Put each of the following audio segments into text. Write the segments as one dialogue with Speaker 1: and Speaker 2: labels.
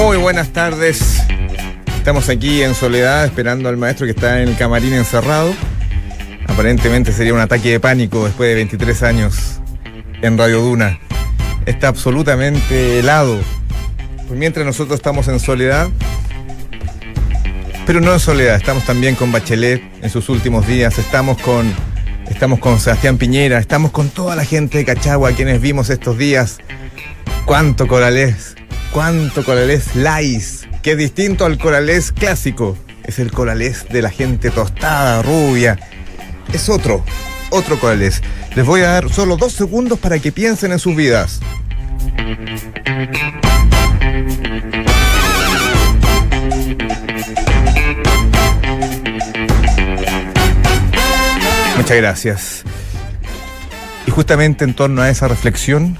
Speaker 1: Muy buenas tardes. Estamos aquí en soledad esperando al maestro que está en el camarín encerrado. Aparentemente sería un ataque de pánico después de 23 años en Radio Duna. Está absolutamente helado. Pues mientras nosotros estamos en soledad, pero no en soledad, estamos también con Bachelet en sus últimos días, estamos con estamos con Sebastián Piñera, estamos con toda la gente de Cachagua a quienes vimos estos días. Cuánto coralés, cuánto coralés lais, que es distinto al coralés clásico, es el coralés de la gente tostada, rubia. Es otro, otro coralés. Les voy a dar solo dos segundos para que piensen en sus vidas. Muchas gracias. Y justamente en torno a esa reflexión,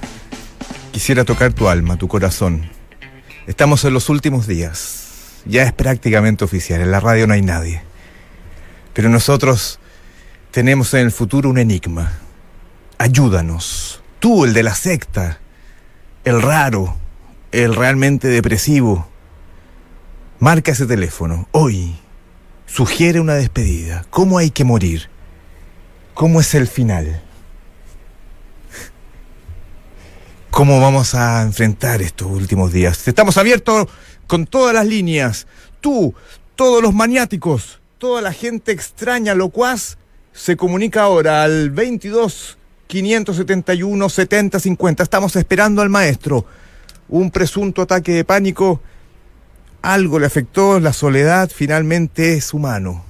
Speaker 1: quisiera tocar tu alma, tu corazón. Estamos en los últimos días. Ya es prácticamente oficial. En la radio no hay nadie. Pero nosotros tenemos en el futuro un enigma. Ayúdanos. Tú, el de la secta, el raro, el realmente depresivo. Marca ese teléfono. Hoy. Sugiere una despedida. ¿Cómo hay que morir? ¿Cómo es el final? ¿Cómo vamos a enfrentar estos últimos días? Estamos abiertos con todas las líneas. Tú, todos los maniáticos, toda la gente extraña, locuaz, se comunica ahora al 22 571 70 50. Estamos esperando al maestro. Un presunto ataque de pánico. Algo le afectó, la soledad finalmente es humano,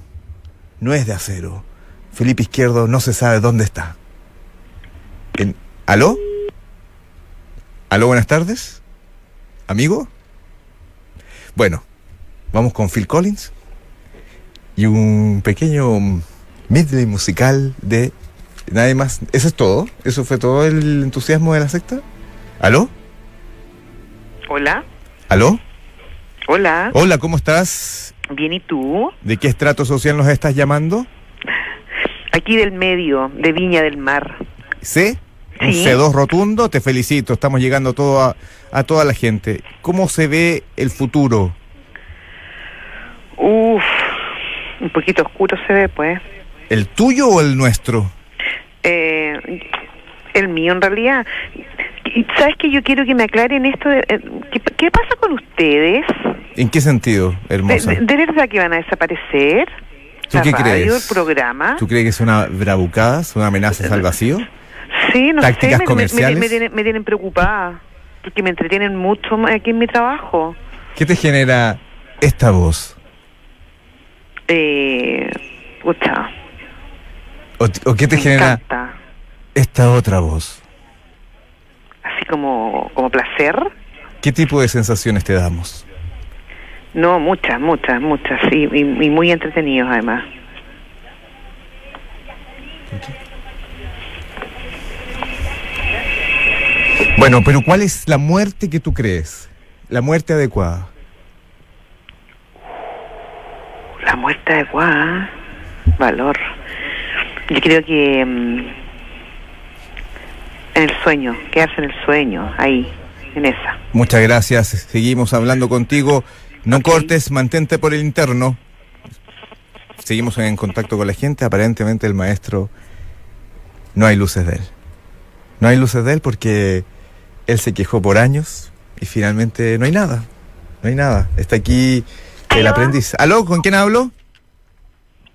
Speaker 1: no es de acero. Felipe Izquierdo no se sabe dónde está. En- ¿Aló? ¿Aló, buenas tardes? ¿Amigo? Bueno, vamos con Phil Collins y un pequeño medley musical de nadie más. ¿Eso es todo? ¿Eso fue todo el entusiasmo de la secta? ¿Aló?
Speaker 2: Hola,
Speaker 1: ¿Aló?
Speaker 2: hola.
Speaker 1: Hola, ¿cómo estás?
Speaker 2: Bien, ¿y tú?
Speaker 1: ¿De qué estrato social nos estás llamando?
Speaker 2: Aquí del medio, de Viña del Mar.
Speaker 1: C, un
Speaker 2: Sí.
Speaker 1: C2 rotundo, te felicito, estamos llegando todo a, a toda la gente. ¿Cómo se ve el futuro?
Speaker 2: Uf, un poquito oscuro se ve, pues.
Speaker 1: ¿El tuyo o el nuestro?
Speaker 2: Eh, el mío, en realidad. Y- ¿Sabes que Yo quiero que me aclaren esto. De, eh, ¿qué, qué pasa con ustedes?
Speaker 1: ¿En qué sentido,
Speaker 2: De,
Speaker 1: hermosa?
Speaker 2: de- de verdad que van a desaparecer?
Speaker 1: ¿Tú
Speaker 2: ¿La
Speaker 1: qué
Speaker 2: radio,
Speaker 1: crees?
Speaker 2: el programa?
Speaker 1: ¿Tú crees que es una bravucada, es una amenaza al vacío?
Speaker 2: Sí, no
Speaker 1: ¿Tácticas
Speaker 2: sé, me- me-
Speaker 1: comerciales?
Speaker 2: Me, me tienen, me tienen preocupada. Porque me entretienen mucho más aquí en mi trabajo.
Speaker 1: ¿Qué te genera esta voz?
Speaker 2: Eh, pucha,
Speaker 1: ¿O, t- o qué te
Speaker 2: me
Speaker 1: genera
Speaker 2: encanta.
Speaker 1: esta otra voz?
Speaker 2: así como, como placer.
Speaker 1: ¿Qué tipo de sensaciones te damos?
Speaker 2: No, muchas, muchas, muchas, sí, y, y muy entretenidos además.
Speaker 1: Bueno, pero ¿cuál es la muerte que tú crees? La muerte adecuada.
Speaker 2: La muerte de Guá, valor. Yo creo que mm, en el sueño, quedarse en el sueño, ahí, en esa.
Speaker 1: Muchas gracias. Seguimos hablando contigo. No
Speaker 2: Ok.
Speaker 1: cortes, mantente por el interno. Seguimos en contacto con la gente. Aparentemente el maestro no hay luces de él. No hay luces de él porque él se quejó por años y finalmente no hay nada. No hay nada. Está aquí el
Speaker 3: ¿Aló?
Speaker 1: aprendiz. ¿Aló? ¿Con quién hablo?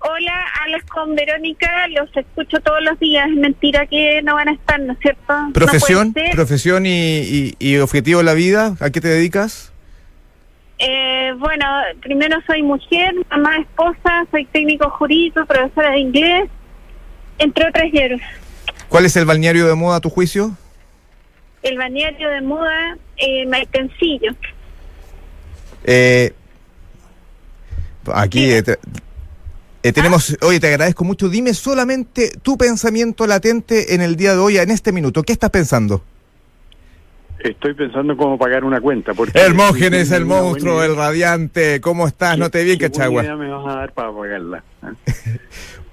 Speaker 3: Hola, Alex con Verónica, los escucho todos los días. Es mentira que no van a estar, ¿no es cierto? No puede
Speaker 1: Profesión,
Speaker 3: ser.
Speaker 1: profesión y, y- y objetivo de la vida. ¿A qué te dedicas?
Speaker 3: Eh, bueno, primero soy mujer, mamá, esposa, soy técnico jurídico, profesora de inglés, entre otras hierbas.
Speaker 1: ¿Cuál es el balneario de moda a tu juicio?
Speaker 3: El balneario de moda, eh, Maitencillo.
Speaker 1: Eh, aquí eh, te- eh, tenemos,
Speaker 4: Ah.
Speaker 1: oye, te agradezco mucho. Dime solamente tu pensamiento latente en el día de hoy, en este minuto. ¿Qué estás pensando?
Speaker 4: Estoy pensando cómo pagar una cuenta. Porque
Speaker 1: Hermógenes,
Speaker 4: Una
Speaker 1: el
Speaker 4: buena
Speaker 1: monstruo,
Speaker 4: idea.
Speaker 1: el radiante. ¿Cómo estás? No te vi,
Speaker 4: ¿Qué buena
Speaker 1: Cachagua.
Speaker 4: idea me vas a dar para pagarla?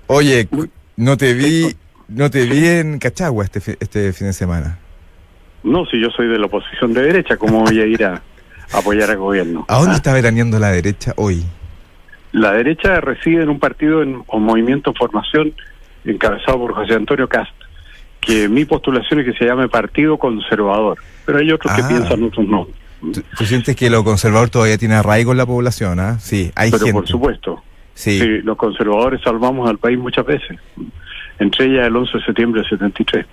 Speaker 1: Oye, no te vi No te vi en Cachagua este, fi- este fin de semana.
Speaker 4: No, si yo soy de la oposición de derecha, ¿cómo voy a ir a apoyar al gobierno?
Speaker 1: ¿A dónde
Speaker 4: Ah,
Speaker 1: está veraneando la derecha hoy?
Speaker 4: La derecha reside en un partido en, o movimiento en formación encabezado por José Antonio Cast, que mi postulación es que se llame Partido Conservador, pero hay otros
Speaker 1: Ah.
Speaker 4: que piensan, otros no.
Speaker 1: ¿Tú, tú sientes que lo conservador todavía tiene arraigo en la población? ¿ah? Sí, hay
Speaker 4: Pero
Speaker 1: gente.
Speaker 4: por supuesto,
Speaker 1: Sí.
Speaker 4: sí, los conservadores salvamos al país muchas veces, entre ellas el 11 de septiembre del 73.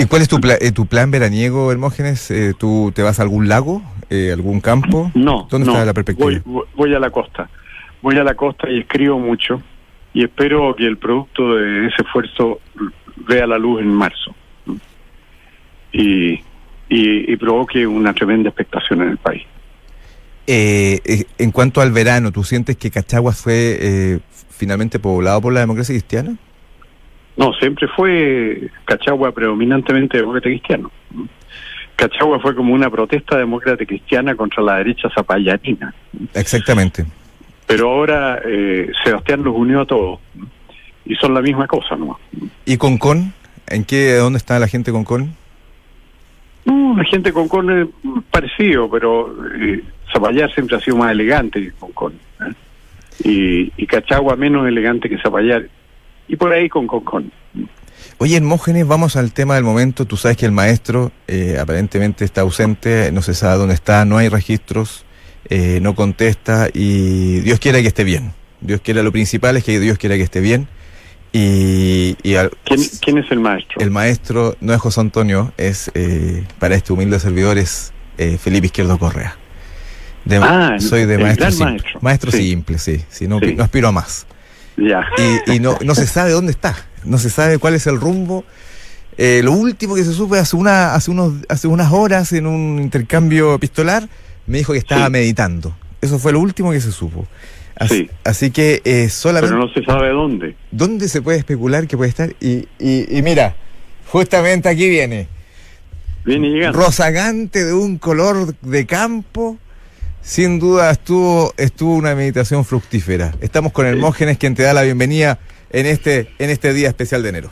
Speaker 1: ¿Y cuál es tu, pla- eh, tu plan veraniego, Hermógenes? Eh, ¿Tú te vas a algún lago? Eh, ¿Algún campo?
Speaker 4: No,
Speaker 1: ¿Dónde
Speaker 4: no,
Speaker 1: está la perspectiva?
Speaker 4: Voy, voy- voy a la costa, voy a la costa y escribo mucho y espero que el producto de ese esfuerzo vea la luz en marzo y, y, y provoque una tremenda expectación en el país.
Speaker 1: Eh, eh, en cuanto al verano, ¿tú sientes que Cachagua fue eh, finalmente poblado por la democracia cristiana?
Speaker 4: No, siempre fue Cachagua predominantemente demócrata cristiano. Cachagua fue como una protesta demócrata cristiana contra la derecha zapallanina.
Speaker 1: Exactamente.
Speaker 4: Pero ahora eh, Sebastián los unió a todos y son la misma cosa, ¿no?
Speaker 1: ¿Y Concón? ¿En qué, dónde está la gente de Concón?
Speaker 4: No, Mm, la gente con con es parecido, pero eh, Zapallar siempre ha sido más elegante que con con. ¿eh? Y, y Cachagua menos elegante que Zapallar. Y por ahí con con con.
Speaker 1: Oye, Hermógenes, vamos al tema del momento. Tú sabes que el maestro eh, aparentemente está ausente, no se sabe dónde está, no hay registros, eh, no contesta y Dios quiera que esté bien. Dios quiera, lo principal es que Dios quiera que esté bien. Y, y al-
Speaker 4: ¿Quién, quién es el maestro?
Speaker 1: el maestro no es José Antonio, es eh, para este humilde servidor es eh, Felipe Izquierdo Correa. De-
Speaker 4: Ah, el-
Speaker 1: soy de
Speaker 4: el
Speaker 1: maestro
Speaker 4: gran
Speaker 1: simple.
Speaker 4: maestro. Sí.
Speaker 1: simple, sí. sí, no,
Speaker 4: Sí.
Speaker 1: no aspiro a más
Speaker 4: Ya.
Speaker 1: y, y no, no se sabe dónde está, no se sabe cuál es el rumbo. Eh, lo último que se supe hace, una, hace, unos, hace unas horas en un intercambio epistolar, me dijo que estaba
Speaker 4: Sí.
Speaker 1: meditando. Eso fue lo último que se supo. Así,
Speaker 4: Sí.
Speaker 1: así que eh, solamente...
Speaker 4: Pero no se sabe dónde.
Speaker 1: ¿Dónde se puede especular que puede estar? Y, y, y mira, justamente aquí viene.
Speaker 4: Viene llegando.
Speaker 1: Rozagante de un color de campo. Sin duda estuvo, estuvo una meditación fructífera. Estamos con Hermógenes, quien te da la bienvenida en este, en este día especial de enero.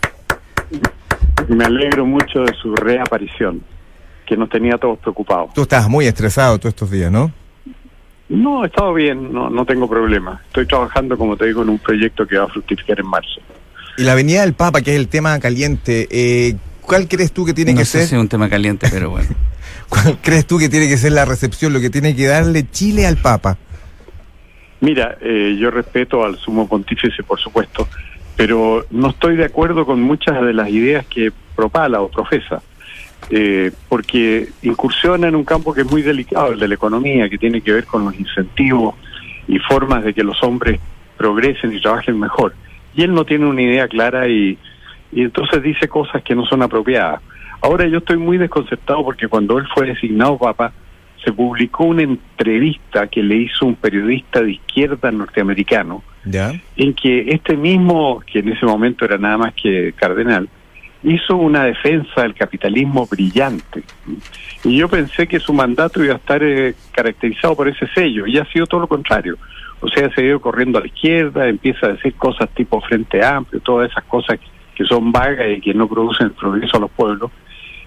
Speaker 4: Me alegro mucho de su reaparición, que nos tenía a todos preocupados.
Speaker 1: Tú estás muy estresado todos estos días, ¿no?
Speaker 4: No, he estado bien, no, no tengo problema. Estoy trabajando, como te digo, en un proyecto que va a fructificar en marzo.
Speaker 1: Y la venida del Papa, que es el tema caliente, eh, ¿cuál crees tú que tiene
Speaker 5: no
Speaker 1: que
Speaker 5: sé
Speaker 1: ser?
Speaker 5: si es un tema caliente, pero bueno.
Speaker 1: ¿Cuál crees tú que tiene que ser la recepción, lo que tiene que darle Chile al Papa?
Speaker 4: Mira, eh, yo respeto al sumo pontífice, por supuesto, pero no estoy de acuerdo con muchas de las ideas que propala o profesa, eh, porque incursiona en un campo que es muy delicado, el de la economía, que tiene que ver con los incentivos y formas de que los hombres progresen y trabajen mejor. Y él no tiene una idea clara y, y entonces dice cosas que no son apropiadas. Ahora yo estoy muy desconcertado porque cuando él fue designado papa, se publicó una entrevista que le hizo un periodista de izquierda norteamericano,
Speaker 1: ¿Ya?
Speaker 4: en que este mismo, que en ese momento era nada más que cardenal, hizo una defensa del capitalismo brillante. Y yo pensé que su mandato iba a estar eh, caracterizado por ese sello, y ha sido todo lo contrario. O sea, se ha ido corriendo a la izquierda, empieza a decir cosas tipo Frente Amplio, todas esas cosas que son vagas y que no producen el progreso a los pueblos.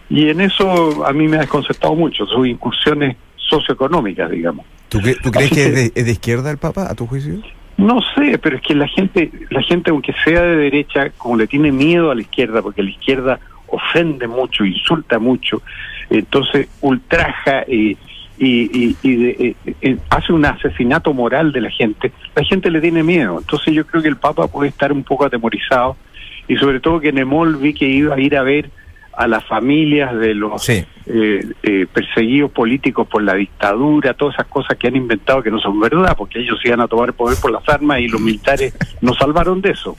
Speaker 4: Y en eso a mí me ha desconcertado mucho, sus incursiones socioeconómicas, digamos.
Speaker 1: ¿Tú, cre- tú crees
Speaker 4: Así
Speaker 1: que es
Speaker 4: que-
Speaker 1: de, es de izquierda el Papa, a tu juicio?
Speaker 4: No sé, pero es que la gente, la gente aunque sea de derecha, como le tiene miedo a la izquierda, porque la izquierda ofende mucho, insulta mucho, entonces ultraja y, y, y- y de- eh, eh, hace un asesinato moral de la gente, la gente le tiene miedo. Entonces yo creo que el Papa puede estar un poco atemorizado y sobre todo que Nemol vi que iba a ir a ver a las familias de los
Speaker 1: Sí.
Speaker 4: eh, eh, perseguidos políticos por la dictadura, todas esas cosas que han inventado que no son verdad, porque ellos iban a tomar poder por las armas y los militares nos salvaron de eso.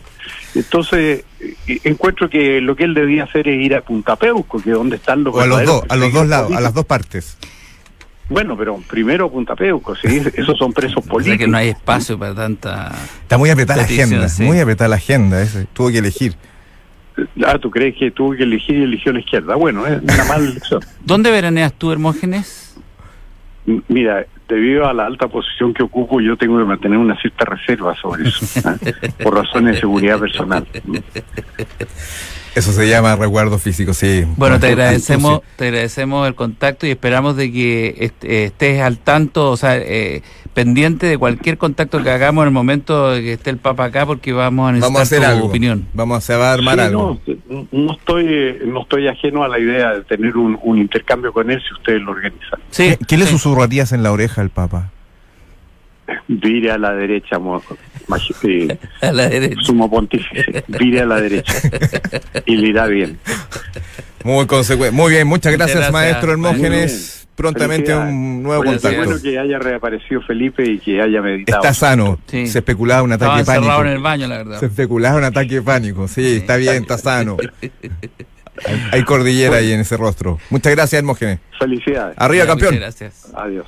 Speaker 4: Entonces, eh, encuentro que lo que él debía hacer es ir a Punta Peuco, que es donde están los...
Speaker 1: O a los
Speaker 4: verdaderos
Speaker 1: dos, a los dos lados, a
Speaker 4: perseguidos
Speaker 1: las dos partes.
Speaker 4: políticos. Bueno, pero primero a Punta Peuco, ¿sí? esos son presos
Speaker 5: O sea
Speaker 4: políticos.
Speaker 5: que no hay espacio para tanta.
Speaker 1: Está muy apretada la
Speaker 5: Petición,
Speaker 1: agenda,
Speaker 5: sí.
Speaker 1: muy apretada la agenda, ese. tuvo que elegir.
Speaker 4: Ah, ¿tú crees que tuvo que elegir y eligió la izquierda? Bueno, es una mala elección.
Speaker 5: ¿Dónde veraneas tú, Hermógenes?
Speaker 4: M- Mira, debido a la alta posición que ocupo, yo tengo que mantener una cierta reserva sobre eso, ¿eh? por razones de seguridad personal.
Speaker 1: Eso se llama resguardo físico, sí.
Speaker 5: Bueno, te agradecemos, te agradecemos el contacto y esperamos de que est- eh, estés al tanto, o sea, eh, pendiente de cualquier contacto que hagamos en el momento de que esté el Papa acá, porque vamos a necesitar
Speaker 1: Vamos a hacer
Speaker 5: tu
Speaker 1: algo.
Speaker 5: opinión.
Speaker 1: Vamos a, se va a armar
Speaker 4: Sí,
Speaker 1: algo.
Speaker 4: no, no estoy, eh, no estoy ajeno a la idea de tener un, un intercambio con él si ustedes lo organizan.
Speaker 5: Sí,
Speaker 1: ¿Qué, qué le
Speaker 5: sí.
Speaker 1: susurrarías en la oreja al Papa?
Speaker 4: Vire a la derecha, mo- maj- eh,
Speaker 5: a la derecha.
Speaker 4: sumo pontífice. Vire a la derecha y le irá bien.
Speaker 1: Muy consecuente. Muy bien, muchas
Speaker 5: Muchas
Speaker 1: gracias,
Speaker 5: gracias,
Speaker 1: maestro
Speaker 5: maestro.
Speaker 1: Hermógenes. Prontamente
Speaker 4: Felicidades.
Speaker 1: un nuevo
Speaker 5: Gracias.
Speaker 4: Qué
Speaker 1: contacto.
Speaker 4: bueno que haya reaparecido Felipe y que haya meditado.
Speaker 1: Está sano.
Speaker 5: Sí.
Speaker 1: Se especulaba un
Speaker 5: Estaba
Speaker 1: ataque de
Speaker 5: encerrado en el
Speaker 1: pánico.
Speaker 5: baño, la
Speaker 1: Se
Speaker 5: verdad.
Speaker 1: especulaba un ataque de pánico. Sí, está bien, está sano. Hay, hay cordillera ahí en ese rostro. Muchas gracias, Hermógenes.
Speaker 4: Felicidades.
Speaker 1: Arriba,
Speaker 5: Ya,
Speaker 1: campeón.
Speaker 5: muchas gracias.
Speaker 4: Adiós.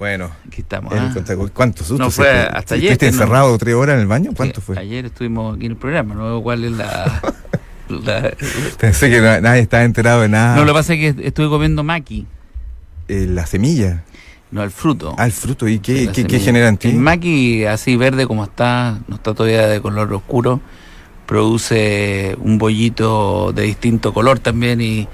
Speaker 1: Bueno,
Speaker 5: Aquí estamos.
Speaker 1: el
Speaker 5: ah.
Speaker 1: contacto. ¿cuánto susto?
Speaker 5: No fue
Speaker 1: Sí,
Speaker 5: hasta
Speaker 1: ¿estuviste
Speaker 5: ayer que no-
Speaker 1: encerrado tres horas en el baño? ¿Cuánto
Speaker 5: Sí,
Speaker 1: fue?
Speaker 5: Ayer estuvimos aquí en el programa, no veo cuál es la... la-
Speaker 1: Pensé que na- nadie estaba enterado de nada.
Speaker 5: No, lo que pasa es que estuve comiendo maqui,
Speaker 1: Eh, la semilla,
Speaker 5: no el fruto.
Speaker 1: al fruto. ¿Y
Speaker 5: de
Speaker 1: Ah, qué, qué,
Speaker 5: la
Speaker 1: qué
Speaker 5: semilla.
Speaker 1: genera en ti?
Speaker 5: El maqui, así verde como está, no está todavía de color oscuro, produce un bollito de distinto color también y,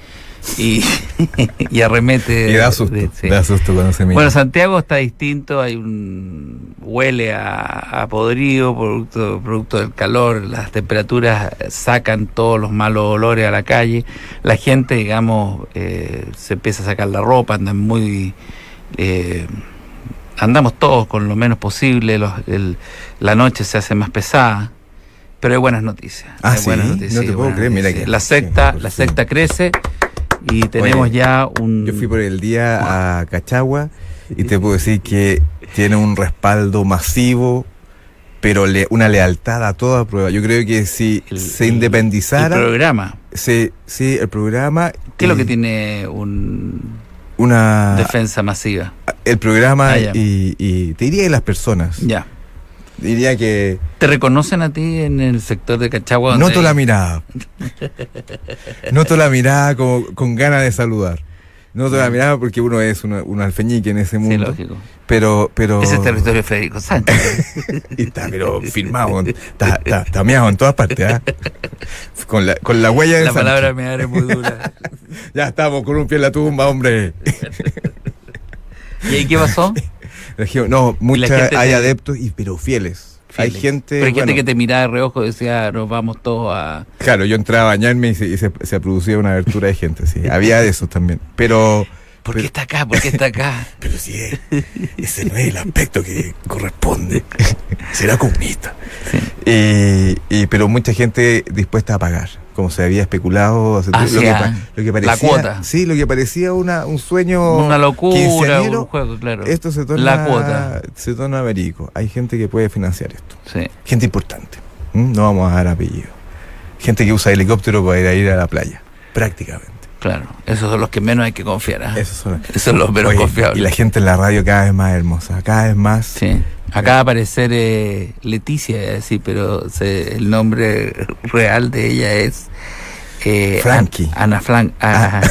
Speaker 5: y, y arremete.
Speaker 1: Y da susto.
Speaker 5: de- sí.
Speaker 1: Da susto cuando se mira.
Speaker 5: Bueno, Santiago está distinto, hay un huele a, a podrido, producto, producto del calor, las temperaturas sacan todos los malos olores a la calle, la gente, digamos, eh, se empieza a sacar la ropa, andan muy... eh, andamos todos con lo menos posible, los- el- la noche se hace más pesada, pero hay buenas noticias.
Speaker 1: Ah,
Speaker 5: hay
Speaker 1: ¿sí?
Speaker 5: buenas
Speaker 1: No te
Speaker 5: hay
Speaker 1: puedo
Speaker 5: buenas
Speaker 1: creer, mira
Speaker 5: noticias.
Speaker 1: que-
Speaker 5: La secta,
Speaker 1: que-
Speaker 5: la secta crece y tenemos
Speaker 1: Oye,
Speaker 5: ya un...
Speaker 1: Yo fui por el día a Cachagua y te puedo decir que tiene un respaldo masivo, pero le- una lealtad a toda prueba. Yo creo que si
Speaker 5: el-
Speaker 1: se
Speaker 5: el-
Speaker 1: independizara,
Speaker 5: el programa.
Speaker 1: se, sí, el programa.
Speaker 5: ¿Qué es lo
Speaker 1: y
Speaker 5: que
Speaker 1: Ah.
Speaker 5: tiene un
Speaker 1: Una,
Speaker 5: defensa masiva?
Speaker 1: el programa
Speaker 5: Ah, ya.
Speaker 1: y, y te diría que las personas.
Speaker 5: Ya.
Speaker 1: Diría que
Speaker 5: ¿Te reconocen a ti en el sector de Cachagua? donde-
Speaker 1: noto la mirada. noto la mirada como, con ganas de saludar. Noto la mirada porque uno es una- un alfeñique en ese
Speaker 5: Sí,
Speaker 1: mundo.
Speaker 5: lógico.
Speaker 1: pero, pero.
Speaker 5: Ese es territorio de Federico Sánchez.
Speaker 1: Y está, pero firmado, está, está, está meado en todas partes, ¿ah? Con la, con la huella de
Speaker 5: la
Speaker 1: Sancho.
Speaker 5: palabra me es muy dura.
Speaker 1: Ya estamos con un pie en la tumba, hombre.
Speaker 5: ¿Y ahí qué pasó?
Speaker 1: Le dije, No, muchas
Speaker 5: gente
Speaker 1: hay
Speaker 5: te-
Speaker 1: adeptos y pero fieles. Hay
Speaker 5: Fieles.
Speaker 1: gente.
Speaker 5: Pero hay gente
Speaker 1: bueno,
Speaker 5: que te miraba de reojo y decía, "Ah, nos vamos todos a...
Speaker 1: Claro, yo entraba a bañarme y se, y se, se producía una abertura de gente, sí. Había de esos también. Pero.
Speaker 5: ¿Por
Speaker 1: Pero-
Speaker 5: qué está acá? ¿Por qué está acá?
Speaker 1: Pero si ese no es el aspecto que corresponde. Será comunista.
Speaker 5: Sí.
Speaker 1: Y, y- Eh, pero mucha gente dispuesta a pagar, como se había especulado. hace-
Speaker 5: Ah, sí,
Speaker 1: que,
Speaker 5: ah,
Speaker 1: pa- lo que
Speaker 5: la
Speaker 1: parecía,
Speaker 5: cuota.
Speaker 1: Sí, lo que parecía una, un sueño.
Speaker 5: Una locura,
Speaker 1: quinceañero,
Speaker 5: un juego, claro.
Speaker 1: Esto se torna.
Speaker 5: La cuota.
Speaker 1: Se torna verídico. Hay gente que puede financiar esto.
Speaker 5: Sí.
Speaker 1: Gente importante. ¿m? No vamos a dar apellido. Gente que usa helicóptero para ir a, ir a la playa. Prácticamente.
Speaker 5: Claro, esos son los que menos hay que confiar. ¿ah?
Speaker 1: Esos son
Speaker 5: Esos son los menos
Speaker 1: Oye,
Speaker 5: confiables.
Speaker 1: Y la gente en la radio cada vez más hermosa. Cada vez más.
Speaker 5: Sí. Acaba de aparecer eh, Leticia, iba a decir, pero se- el nombre real de ella es. eh,
Speaker 1: Frankie. Ah.
Speaker 5: An- Ana Frank. a-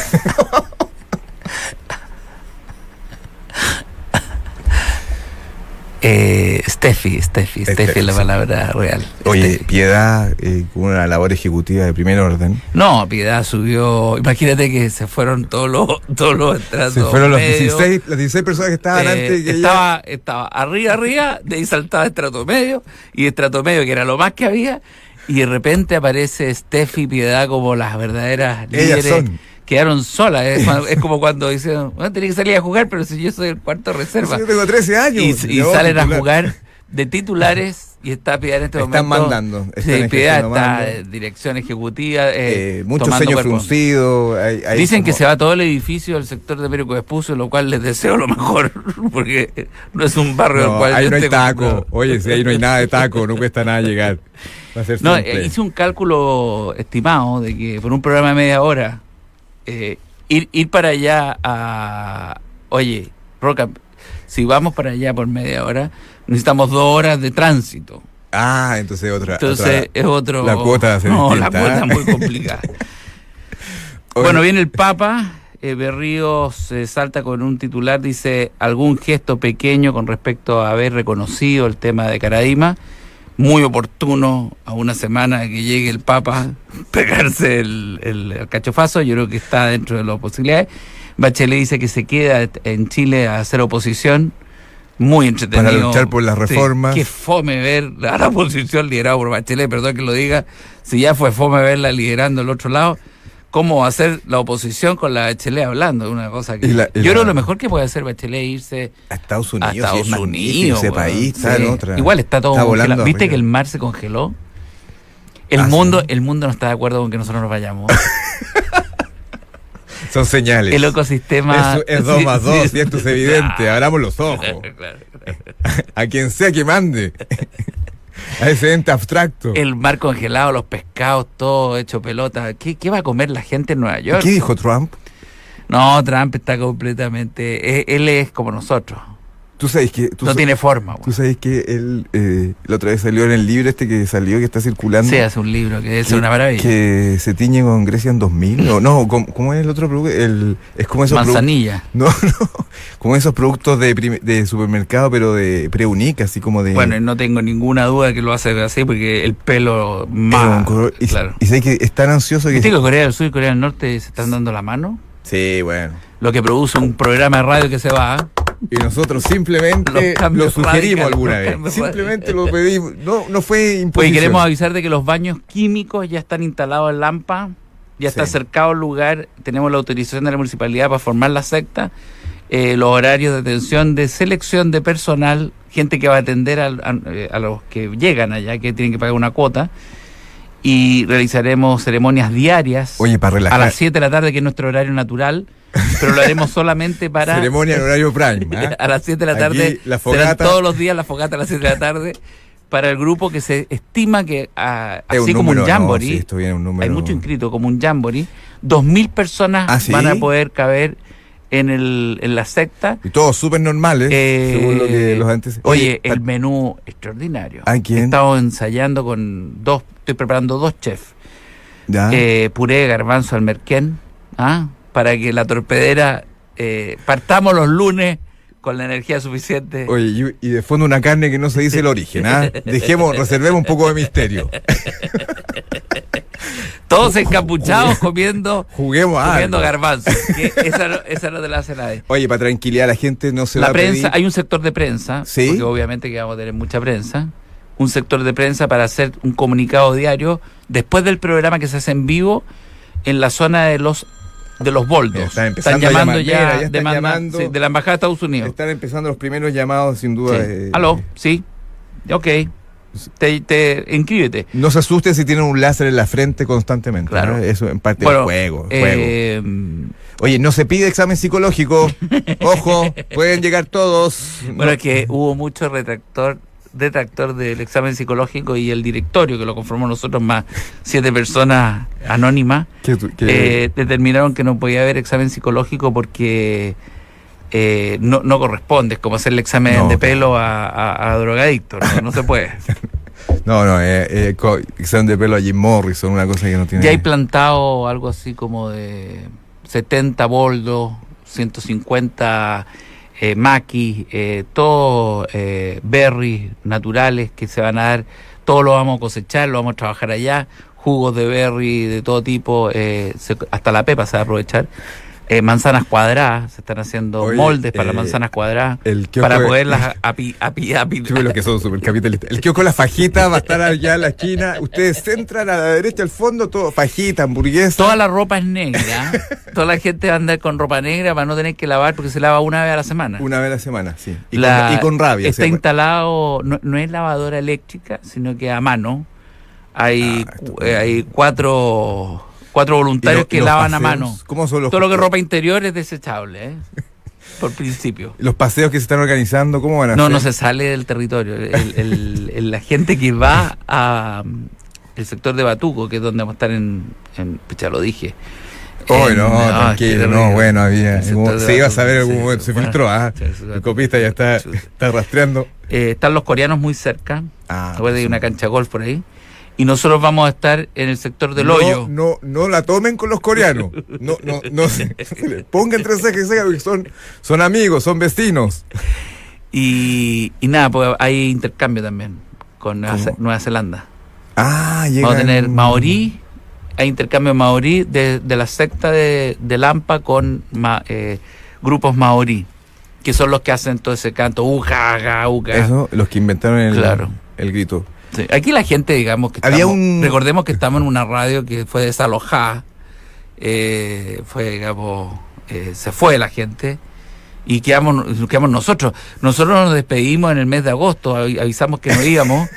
Speaker 5: Eh, Steffi, Steffi, Steffi,
Speaker 1: Steffi,
Speaker 5: es la
Speaker 1: sí.
Speaker 5: palabra real.
Speaker 1: Oye,
Speaker 5: Steffi.
Speaker 1: Este, Piedad, eh, con una labor ejecutiva de primer orden.
Speaker 5: No, Piedad subió. Imagínate que se fueron todos los. Todos los
Speaker 1: Se
Speaker 5: estratos
Speaker 1: fueron los
Speaker 5: medios.
Speaker 1: 16, las 16 personas que estaban
Speaker 5: Eh,
Speaker 1: antes. Que ella-
Speaker 5: estaba, estaba arriba, arriba, de ahí saltaba estrato medio, y estrato medio, que era lo más que había, y de repente aparece Steffi Piedad como las verdaderas
Speaker 1: Ellas
Speaker 5: líderes.
Speaker 1: son.
Speaker 5: Quedaron solas, es, cuando- es como cuando dicen, bueno, tenés que salir a jugar, pero si yo soy el cuarto reserva.
Speaker 1: Sí, Yo tengo 13 años.
Speaker 5: Y,
Speaker 1: se
Speaker 5: y
Speaker 1: llevó
Speaker 5: salen a
Speaker 1: titular.
Speaker 5: jugar de titulares y está Piedad en este
Speaker 1: Están
Speaker 5: momento.
Speaker 1: mandando, están
Speaker 5: Sí, Piedad
Speaker 1: ejerciendo
Speaker 5: está
Speaker 1: mando.
Speaker 5: eh, dirección ejecutiva. eh,
Speaker 1: Eh, muchos
Speaker 5: tomando
Speaker 1: sueños
Speaker 5: cuerpo.
Speaker 1: fruncidos. hay- hay
Speaker 5: Dicen que
Speaker 1: como-
Speaker 5: se va todo el edificio del sector de Perico Expuso, lo cual les deseo lo mejor, porque no es un barrio al
Speaker 1: No,
Speaker 5: cual
Speaker 1: ahí
Speaker 5: yo
Speaker 1: no hay
Speaker 5: esté
Speaker 1: taco.
Speaker 5: acostumbrado.
Speaker 1: Oye, si ahí no hay nada de taco, no cuesta nada llegar. Va a ser
Speaker 5: No,
Speaker 1: simple.
Speaker 5: eh, hice un cálculo estimado de que por un programa de media hora, eh, ir, ir para allá a... Oye, Roca, si vamos para allá por media hora, necesitamos dos horas de tránsito.
Speaker 1: Ah, entonces otra.
Speaker 5: Entonces eh,
Speaker 1: otra-
Speaker 5: es otro...
Speaker 1: la cuota va a ser
Speaker 5: No, la
Speaker 1: distinta,
Speaker 5: cuota
Speaker 1: ¿eh?
Speaker 5: es muy complicada.
Speaker 1: Oye,
Speaker 5: Bueno, viene el Papa eh, Berrío se salta con un titular, dice algún gesto pequeño con respecto a haber reconocido el tema de Caradima, muy oportuno a una semana que llegue el Papa pegarse el, el, el cachofazo, yo creo que está dentro de las posibilidades. Bachelet dice que se queda en Chile a hacer oposición, muy entretenido.
Speaker 1: Para luchar por las reformas.
Speaker 5: Sí, qué fome ver a la oposición liderada por Bachelet, perdón que lo diga, si ya fue fome verla liderando el otro lado cómo va a ser la oposición con la Bachelet hablando, una cosa que...
Speaker 1: Y la- y la-
Speaker 5: yo creo que lo mejor que puede hacer Bachelet es irse
Speaker 1: A Estados
Speaker 5: a
Speaker 1: Unidos. sí,
Speaker 5: Estados
Speaker 1: es magnífico
Speaker 5: Unidos.
Speaker 1: Ese
Speaker 5: weón.
Speaker 1: país está
Speaker 5: Sí.
Speaker 1: en otra.
Speaker 5: Igual está todo
Speaker 1: Está
Speaker 5: congelado.
Speaker 1: volando
Speaker 5: ¿Viste
Speaker 1: arriba.
Speaker 5: que el mar se congeló? El
Speaker 1: Ah, sí.
Speaker 5: mundo el mundo no está de acuerdo con que nosotros nos vayamos.
Speaker 1: Son señales.
Speaker 5: El ecosistema...
Speaker 1: Es, es dos
Speaker 5: Sí,
Speaker 1: más
Speaker 5: sí,
Speaker 1: dos,
Speaker 5: sí. Ah.
Speaker 1: y esto es evidente.
Speaker 5: Claro,
Speaker 1: Abramos los ojos.
Speaker 5: claro.
Speaker 1: A quien sea que mande. A ese ente abstracto.
Speaker 5: El mar congelado, los pescados, todo hecho pelota. ¿Qué, qué va a comer la gente en Nueva York?
Speaker 1: ¿Qué dijo Trump?
Speaker 5: No, Trump está completamente... e- Él es como nosotros.
Speaker 1: Tú sabes que. Tú
Speaker 5: no
Speaker 1: sa-
Speaker 5: tiene forma. weón.
Speaker 1: Tú sabes que él. eh, la otra vez salió en el libro este que salió, que está circulando.
Speaker 5: Sí, hace un libro que es
Speaker 1: que-
Speaker 5: una maravilla.
Speaker 1: Que se tiñe con Grecia en 2000. o no, ¿cómo, cómo es el otro producto? El, es como esos productos.
Speaker 5: Manzanilla.
Speaker 1: No, no. Como esos productos de, prim- de supermercado, pero de preunic, así como de.
Speaker 5: Bueno, y no tengo ninguna duda que lo hace así porque el pelo
Speaker 1: pero con
Speaker 5: más.
Speaker 1: color- y,
Speaker 5: claro. Este
Speaker 1: y sé que es tan ansioso que.
Speaker 5: ¿Viste que Corea del Sur y Corea del Norte se están dando la mano?
Speaker 1: Sí, bueno.
Speaker 5: Lo que produce un programa de radio que se va.
Speaker 1: Y nosotros
Speaker 5: Los
Speaker 1: simplemente
Speaker 5: cambios
Speaker 1: lo sugerimos
Speaker 5: radicales,
Speaker 1: alguna
Speaker 5: los
Speaker 1: vez.
Speaker 5: cambios
Speaker 1: Simplemente lo pedimos. No, no fue
Speaker 5: Pues
Speaker 1: imposible.
Speaker 5: y queremos avisar de que los baños químicos ya están instalados en Lampa, ya está
Speaker 1: Sí.
Speaker 5: cercado el lugar, tenemos la autorización de la municipalidad para formar la secta, eh, los horarios de atención, de selección de personal, gente que va a atender al- a, eh, a los que llegan allá, que tienen que pagar una cuota, y realizaremos ceremonias diarias
Speaker 1: Oye, para
Speaker 5: a
Speaker 1: relajar.
Speaker 5: las 7 de la tarde, que es nuestro horario natural, pero lo haremos solamente para...
Speaker 1: Ceremonia en horario prime. ¿ah?
Speaker 5: A las 7 de la
Speaker 1: Aquí
Speaker 5: tarde
Speaker 1: la
Speaker 5: serán
Speaker 1: fogata-
Speaker 5: todos los días la fogata a las 7 de la tarde para el grupo que se estima que ah,
Speaker 1: Es
Speaker 5: así como
Speaker 1: número,
Speaker 5: un
Speaker 1: no,
Speaker 5: jamboree,
Speaker 1: sí, esto viene un número.
Speaker 5: hay mucho inscrito como un jamboree, 2000 personas
Speaker 1: ¿Ah, sí?
Speaker 5: van a poder caber en el en la secta.
Speaker 1: Y todos súper normales,
Speaker 5: Eh,
Speaker 1: según lo que los antes.
Speaker 5: Oye, el
Speaker 1: ta-
Speaker 5: menú extraordinario.
Speaker 1: ¿A quién?
Speaker 5: He estado ensayando con dos, estoy preparando dos chefs.
Speaker 1: ya.
Speaker 5: Eh, puré de garbanzo al merquén, ¿ah? para que la torpedera eh, partamos los lunes con la energía suficiente.
Speaker 1: Oye, y, y de fondo una carne que no se dice el origen, ¿ah? Dejemos, reservemos un poco de misterio.
Speaker 5: Todos encapuchados comiendo,
Speaker 1: Juguemos a
Speaker 5: comiendo
Speaker 1: algo.
Speaker 5: garbanzo. que esa, no, esa no te la hace nadie.
Speaker 1: Oye, para tranquilidad a la gente no se va
Speaker 5: La
Speaker 1: a
Speaker 5: prensa,
Speaker 1: pedir-
Speaker 5: hay un sector de prensa,
Speaker 1: Sí.
Speaker 5: porque obviamente que vamos a tener mucha prensa, un sector de prensa para hacer un comunicado diario después del programa que se hace en vivo en la zona de los de los boldos.
Speaker 1: Están empezando a
Speaker 5: llamando
Speaker 1: llamar,
Speaker 5: ya,
Speaker 1: mira, ya están
Speaker 5: demanda-
Speaker 1: llamando.
Speaker 5: sí, de la embajada de Estados Unidos.
Speaker 1: Están empezando los primeros llamados, sin duda.
Speaker 5: Sí.
Speaker 1: eh,
Speaker 5: Aló, sí. Ok. Te, te- inscríbete.
Speaker 1: No se asusten si tienen un láser en la frente constantemente.
Speaker 5: Claro.
Speaker 1: ¿no? Eso en parte
Speaker 5: Bueno,
Speaker 1: del juego. juego.
Speaker 5: eh,
Speaker 1: Oye, no se pide examen psicológico. Ojo, pueden llegar todos.
Speaker 5: Bueno,
Speaker 1: No-
Speaker 5: es que hubo mucho retractor, detractor del examen psicológico y el directorio, que lo conformó nosotros más siete personas anónimas,
Speaker 1: que tú- que-
Speaker 5: eh, determinaron que no podía haber examen psicológico porque eh, no, no corresponde, es como hacer el examen
Speaker 1: No,
Speaker 5: de
Speaker 1: claro.
Speaker 5: pelo a, a- a drogadicto, no, no se puede.
Speaker 1: No, no, eh, eh, co- examen de pelo a Jim Morrison, una cosa que no tiene.
Speaker 5: Ya hay plantado algo así como de 70 boldos, 150 eh, maquis, eh, todo eh, berries naturales que se van a dar. Todo lo vamos a cosechar, lo vamos a trabajar allá. Jugos de berry de todo tipo, eh, se- hasta la pepa se va a aprovechar. Eh, manzanas cuadradas, se están haciendo
Speaker 1: Oye,
Speaker 5: moldes para
Speaker 1: eh,
Speaker 5: manzanas cuadradas
Speaker 1: el kiosco
Speaker 5: para
Speaker 1: de-
Speaker 5: poderlas api, api, api-
Speaker 1: Chupe los que son supercapitalistas. El kiosco La Fajita va a estar allá en la esquina. Ustedes entran a la derecha, al fondo, todo. Fajita, hamburguesa.
Speaker 5: Toda la ropa es negra. Toda la gente va a andar con ropa negra para no tener que lavar porque se lava una vez a la semana.
Speaker 1: Una vez a la semana, sí. Y,
Speaker 5: La-
Speaker 1: con, y con rabia.
Speaker 5: Está
Speaker 1: sí. pues.
Speaker 5: instalado, no, no es lavadora eléctrica, sino que a mano. Hay,
Speaker 1: Ah,
Speaker 5: cu- eh, hay cuatro, cuatro
Speaker 1: Y lo-
Speaker 5: voluntarios
Speaker 1: y
Speaker 5: que
Speaker 1: los
Speaker 5: lavan a
Speaker 1: paseos,
Speaker 5: mano.
Speaker 1: ¿Cómo son los,
Speaker 5: Todo lo que es ropa interior es desechable, ¿eh? por principio.
Speaker 1: los paseos que se están organizando? ¿Cómo van a
Speaker 5: No,
Speaker 1: ser?
Speaker 5: no se sale del territorio. El- el- el- la gente que va a mm, el sector de Batuco, que es donde vamos a estar en, en ya lo dije.
Speaker 1: Hoy
Speaker 5: En-
Speaker 1: no,
Speaker 5: ah, qué
Speaker 1: tranquilo, no,
Speaker 5: terrible.
Speaker 1: bueno, había.
Speaker 5: El sector de
Speaker 1: Se iba a
Speaker 5: Batuco,
Speaker 1: saber algún
Speaker 5: sí,
Speaker 1: momento, se
Speaker 5: bueno,
Speaker 1: filtró, ah.
Speaker 5: sí, sí,
Speaker 1: El copista ya está,
Speaker 5: sí.
Speaker 1: está rastreando.
Speaker 5: Eh, están los coreanos muy cerca.
Speaker 1: Ah,
Speaker 5: Recuerda que hay una cancha de golf por ahí. y nosotros vamos a estar en el sector del
Speaker 1: no,
Speaker 5: hoyo.
Speaker 1: No, no la tomen con los coreanos. No, no, no. se- se le Pongan tres cejas y cejas porque son, son amigos, son vecinos.
Speaker 5: Y, y nada, pues hay intercambio también con Nueva,
Speaker 1: ¿Cómo?
Speaker 5: Ze- Nueva Zelanda.
Speaker 1: Ah, llegan.
Speaker 5: Vamos a tener maorí, hay intercambio maorí de, de la secta de, de Lampa con ma- eh, grupos maorí, que son los que hacen todo ese canto, uja, ga, uga.
Speaker 1: Eso, los que inventaron el,
Speaker 5: Claro.
Speaker 1: el grito.
Speaker 5: Sí, Aquí la gente, digamos que
Speaker 1: Había
Speaker 5: estamos-
Speaker 1: un-
Speaker 5: recordemos que estamos en una radio que fue desalojada, eh, fue, digamos, eh, se fue la gente y quedamos, quedamos nosotros. Nosotros nos despedimos en el mes de agosto, avi- avisamos que no íbamos.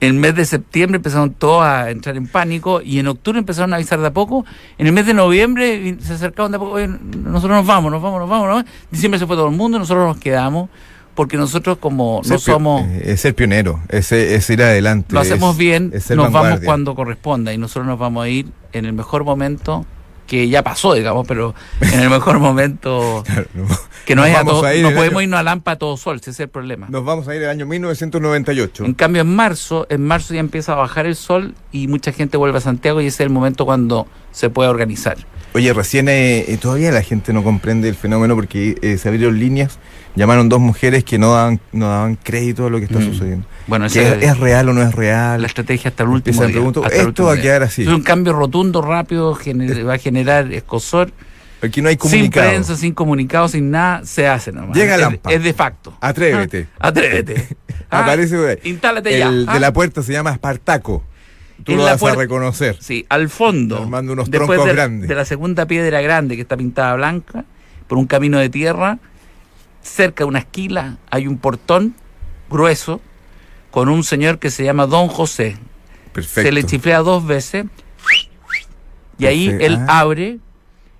Speaker 5: En el mes de septiembre empezaron todos a entrar en pánico y en octubre empezaron a avisar de a poco. En el mes de noviembre vi- se acercaban de a poco, "Oye, nosotros nos vamos, nos vamos, nos vamos. nos vamos". Diciembre se fue todo el mundo, nosotros nos quedamos porque nosotros como no
Speaker 1: Ser pio-
Speaker 5: somos...
Speaker 1: eh, Es ser pionero, es, es ir adelante.
Speaker 5: Lo hacemos
Speaker 1: es-
Speaker 5: bien,
Speaker 1: es ser
Speaker 5: nos vamos
Speaker 1: vanguardia.
Speaker 5: cuando corresponda y nosotros nos vamos a ir en el mejor momento que ya pasó, digamos, pero en el mejor momento
Speaker 1: Claro, no.
Speaker 5: que no
Speaker 1: Nos
Speaker 5: es a
Speaker 1: vamos
Speaker 5: todo-
Speaker 1: a ir
Speaker 5: no
Speaker 1: el
Speaker 5: podemos
Speaker 1: año-
Speaker 5: irnos a Lampa a todo sol, si ese es el problema.
Speaker 1: Nos vamos a ir al año 1998.
Speaker 5: En cambio, en marzo, en marzo ya empieza a bajar el sol y mucha gente vuelve a Santiago y ese es el momento cuando se puede organizar.
Speaker 1: Oye, recién eh, eh, todavía la gente no comprende el fenómeno porque eh, se abrieron líneas, llamaron dos mujeres que no daban, no daban crédito a lo que está
Speaker 5: Mm.
Speaker 1: sucediendo.
Speaker 5: Bueno, esa
Speaker 1: Que es, es real o no es real?
Speaker 5: la estrategia hasta el
Speaker 1: Empiezan
Speaker 5: último día.
Speaker 1: pregunto,
Speaker 5: hasta el
Speaker 1: esto
Speaker 5: último
Speaker 1: va a
Speaker 5: día.
Speaker 1: quedar así.
Speaker 5: Es un cambio rotundo, rápido, gener- va a generar escosor.
Speaker 1: Aquí no hay
Speaker 5: Sin
Speaker 1: comunicado.
Speaker 5: prensa, sin comunicado, sin nada, se hace nomás.
Speaker 1: Llega
Speaker 5: es,
Speaker 1: Lampa.
Speaker 5: es de facto.
Speaker 1: Atrévete.
Speaker 5: Ah, Atrévete. Ah,
Speaker 1: Aparece eh,
Speaker 5: Instálate ya.
Speaker 1: el
Speaker 5: Ah,
Speaker 1: de la puerta se llama Espartaco. Tú
Speaker 5: En
Speaker 1: lo
Speaker 5: la
Speaker 1: vas a
Speaker 5: puerta-
Speaker 1: reconocer.
Speaker 5: Sí, al fondo.
Speaker 1: Armando unos
Speaker 5: después
Speaker 1: troncos
Speaker 5: de,
Speaker 1: grandes.
Speaker 5: de la segunda piedra grande que está pintada blanca, por un camino de tierra, cerca de una esquila hay un portón grueso con un señor que se llama Don José.
Speaker 1: Perfecto.
Speaker 5: Se le chiflea dos veces y ahí
Speaker 1: Perfecto.
Speaker 5: él
Speaker 1: Ah.
Speaker 5: abre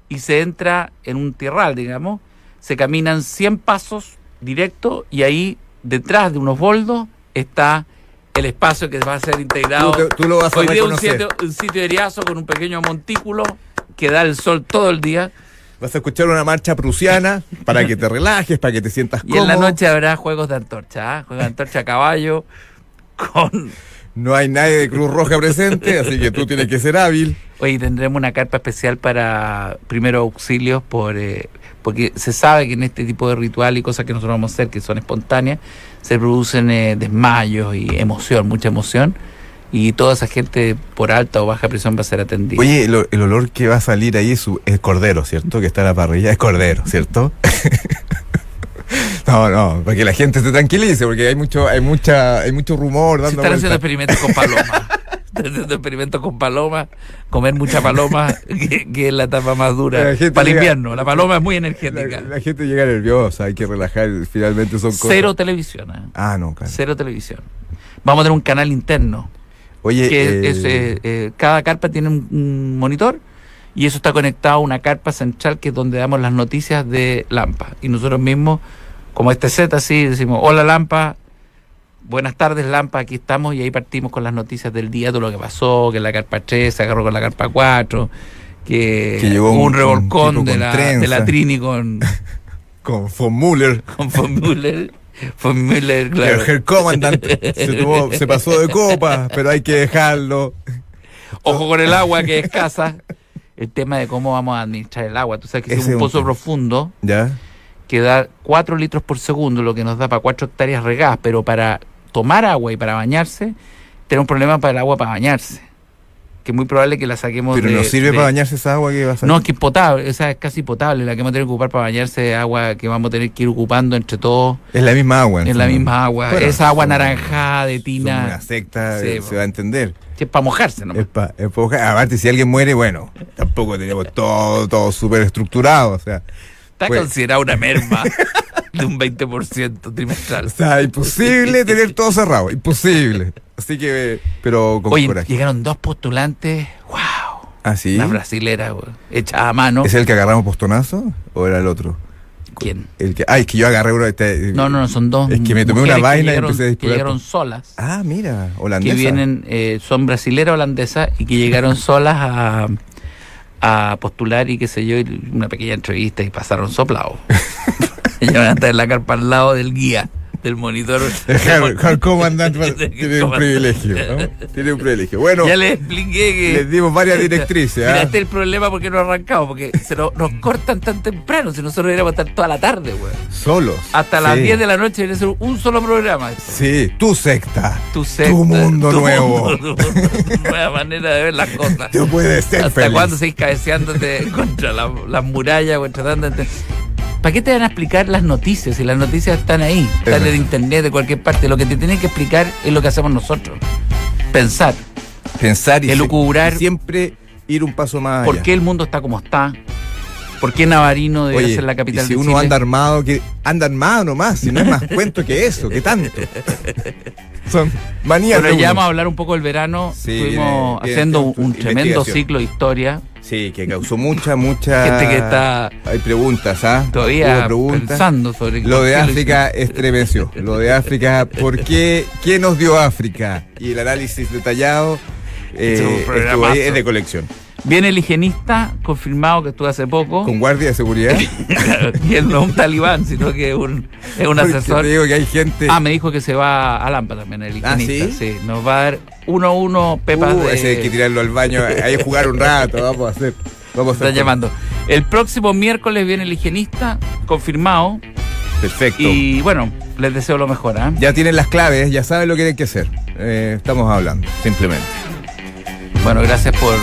Speaker 5: y se entra en un tierral, digamos. Se caminan 100 pasos directo y ahí detrás de unos boldos está el espacio que va a ser integrado.
Speaker 1: Tú, te- tú lo vas a
Speaker 5: Hoy día un
Speaker 1: reconocer.
Speaker 5: sitio, un sitio de eriazo con un pequeño montículo que da el sol todo el día
Speaker 1: Vas a escuchar una marcha prusiana para que te relajes, para que te sientas
Speaker 5: y
Speaker 1: cómodo.
Speaker 5: en la noche habrá juegos de antorcha, ¿ah? juegos de antorcha a caballo con...
Speaker 1: No hay nadie de Cruz Roja presente, así que tú tienes que ser hábil.
Speaker 5: Oye, y tendremos una carpa especial para primeros auxilios por, eh, porque se sabe que en este tipo de ritual y cosas que nosotros vamos a hacer que son espontáneas, se producen eh, desmayos y emoción, mucha emoción y toda esa gente por alta o baja presión va a ser atendida.
Speaker 1: Oye, el, o- el olor que va a salir ahí es, su- es cordero, ¿cierto? Que está en la parrilla, es cordero, ¿cierto? no, no, para que la gente se tranquilice, porque hay mucho, hay mucha, hay mucho rumor
Speaker 5: Se
Speaker 1: dando
Speaker 5: están haciendo
Speaker 1: vuelta.
Speaker 5: experimentos con palomas. Están haciendo experimentos con palomas. Comer mucha paloma, que, que es la etapa más
Speaker 1: La
Speaker 5: dura.
Speaker 1: gente
Speaker 5: Para el
Speaker 1: llega-
Speaker 5: invierno, la paloma es muy
Speaker 1: La,
Speaker 5: energética.
Speaker 1: la gente llega nerviosa, hay que relajar, finalmente son cosas.
Speaker 5: Cero televisión, ¿eh?
Speaker 1: Ah, no, claro.
Speaker 5: cero televisión. Vamos a tener un canal interno.
Speaker 1: Oye,
Speaker 5: que
Speaker 1: eh,
Speaker 5: es, eh, eh, cada carpa tiene un, un monitor y eso está conectado a una carpa central que es donde damos las noticias de Lampa. Y nosotros mismos, como este Z, así decimos, hola Lampa, buenas tardes Lampa, aquí estamos y ahí partimos con las noticias del día, todo lo que pasó, que la carpa 3 se agarró con la carpa 4, que,
Speaker 1: Que llegó
Speaker 5: hubo un,
Speaker 1: un- un
Speaker 5: revolcón
Speaker 1: tipo
Speaker 5: de,
Speaker 1: con
Speaker 5: la,
Speaker 1: trenza.
Speaker 5: de la Trini con,
Speaker 1: con von Muller,
Speaker 5: con von Müller. Von Müller, claro.
Speaker 1: el comandante, se, tomó- se pasó de copa, pero hay que dejarlo.
Speaker 5: Ojo con el agua que es escasa. El tema de cómo vamos a administrar el agua. Tú sabes que
Speaker 1: Ese
Speaker 5: es un
Speaker 1: es un
Speaker 5: pozo
Speaker 1: tema.
Speaker 5: profundo
Speaker 1: ¿Ya?
Speaker 5: que da 4 litros por segundo, lo que nos da para 4 hectáreas regadas, pero para tomar agua y para bañarse, tenemos un problema para el agua para bañarse. Que es muy probable que la saquemos
Speaker 1: Pero
Speaker 5: de-
Speaker 1: no sirve
Speaker 5: de-
Speaker 1: para bañarse esa agua que va a salir.
Speaker 5: No, es que es potable, esa es casi potable, la que vamos a tener que ocupar para bañarse, agua que vamos a tener que ir ocupando entre todos,
Speaker 1: Es la misma agua.
Speaker 5: en la
Speaker 1: fondo.
Speaker 5: misma agua.
Speaker 1: Bueno,
Speaker 5: esa agua
Speaker 1: son-
Speaker 5: naranjada de
Speaker 1: Somos
Speaker 5: tina,
Speaker 1: una secta,
Speaker 5: Sí,
Speaker 1: eh,
Speaker 5: po.
Speaker 1: se va a entender.
Speaker 5: que es para mojarse nomás.
Speaker 1: Es pa- es pa- aparte, si alguien muere, bueno, tampoco tenemos todo, todo súper estructurado. O sea,
Speaker 5: Está
Speaker 1: Pues-
Speaker 5: considerada una merma de un 20% trimestral.
Speaker 1: o sea, imposible tener todo cerrado, imposible. Así que, eh, pero con
Speaker 5: Oye,
Speaker 1: coraje.
Speaker 5: llegaron dos postulantes, wow,
Speaker 1: Así.
Speaker 5: una brasilera güey, hecha a mano.
Speaker 1: ¿Es el que agarramos postonazo o era el otro?
Speaker 5: ¿Quién?
Speaker 1: El que, ah, es que yo agarré uno. este-
Speaker 5: No, no, no, son dos.
Speaker 1: Es que me tomé una
Speaker 5: mujeres que
Speaker 1: vaina y
Speaker 5: llegaron-
Speaker 1: empecé a
Speaker 5: Que
Speaker 1: disparar.
Speaker 5: llegaron solas,
Speaker 1: Ah, mira, holandesa.
Speaker 5: que vienen, eh, son brasilera holandesa y que llegaron solas a, a postular y qué sé yo, y una pequeña entrevista y pasaron soplados. Llegaron a estar en la carpa al lado del guía. del monitor.
Speaker 1: Harry Comandant tiene un privilegio. ¿no? Tiene un privilegio. Bueno,
Speaker 5: Ya les expliqué que.
Speaker 1: les dimos varias directrices.
Speaker 5: Mira,
Speaker 1: ¿ah?
Speaker 5: este es el problema porque no arrancamos, porque se nos, nos cortan tan temprano, si nosotros deberíamos estar toda la tarde, güey.
Speaker 1: Solos.
Speaker 5: Hasta las
Speaker 1: Sí.
Speaker 5: 10 de la noche viene a ser un solo programa.
Speaker 1: Sí, tu secta.
Speaker 5: Tu, secta,
Speaker 1: mundo nuevo.
Speaker 5: mundo, tu nueva manera de ver las cosas.
Speaker 1: Tú puedes ser
Speaker 5: ¿Hasta
Speaker 1: feliz.
Speaker 5: cuándo seguís cabeceándote contra la- las murallas o tratando de enten- ¿Para qué te van a explicar las noticias? Si las noticias están ahí, están en
Speaker 1: verdad.
Speaker 5: internet, de cualquier parte. Lo que te tienen que explicar es lo que hacemos nosotros. Pensar
Speaker 1: Pensar y
Speaker 5: Elucubrar.
Speaker 1: y siempre ir un paso más allá.
Speaker 5: por qué el mundo está como está, por qué Navarino debe
Speaker 1: Oye,
Speaker 5: ser la capital
Speaker 1: y si
Speaker 5: de
Speaker 1: uno
Speaker 5: Chile.
Speaker 1: anda armado, que anda armado nomás, si no es más cuento que eso, que tanto. Son manías
Speaker 5: Bueno,
Speaker 1: de
Speaker 5: ya
Speaker 1: uno.
Speaker 5: vamos a hablar un poco del verano.
Speaker 1: Sí,
Speaker 5: Estuvimos
Speaker 1: viene- viene
Speaker 5: haciendo un,
Speaker 1: tu- tu
Speaker 5: un tremendo
Speaker 1: investigación.
Speaker 5: ciclo de historia.
Speaker 1: Sí, que causó mucha, mucha.
Speaker 5: Gente que está
Speaker 1: Hay preguntas, ¿ah? Hubo
Speaker 5: todavía
Speaker 1: preguntas.
Speaker 5: pensando sobre
Speaker 1: Lo de
Speaker 5: qué
Speaker 1: África estremeció. Lo de África, ¿por qué? ¿Qué nos dio África? Y el análisis detallado eh,
Speaker 5: Este Es un
Speaker 1: estuvo ahí,
Speaker 5: programazo.
Speaker 1: es de colección.
Speaker 5: hicimos. Viene el higienista, confirmado que estuvo hace poco.
Speaker 1: Con guardia de seguridad.
Speaker 5: y él no es un talibán, sino que es un, es un
Speaker 1: porque
Speaker 5: asesor.
Speaker 1: Te digo que hay gente.
Speaker 5: Ah, me dijo que se va a Lampa también, el
Speaker 1: Ah,
Speaker 5: higienista.
Speaker 1: ¿sí?
Speaker 5: Nos va a dar uno a uno pepas
Speaker 1: Uh,
Speaker 5: de...
Speaker 1: ese hay que tirarlo al baño, hay que jugar un rato, vamos a hacer. Vamos a
Speaker 5: Están
Speaker 1: hacer
Speaker 5: llamando. El próximo miércoles viene el higienista, confirmado.
Speaker 1: Perfecto.
Speaker 5: Y bueno, les deseo lo mejor, ¿ah?
Speaker 1: Ya tienen las claves, ya saben lo que tienen que hacer. Eh, estamos hablando, simplemente.
Speaker 5: Bueno, gracias por...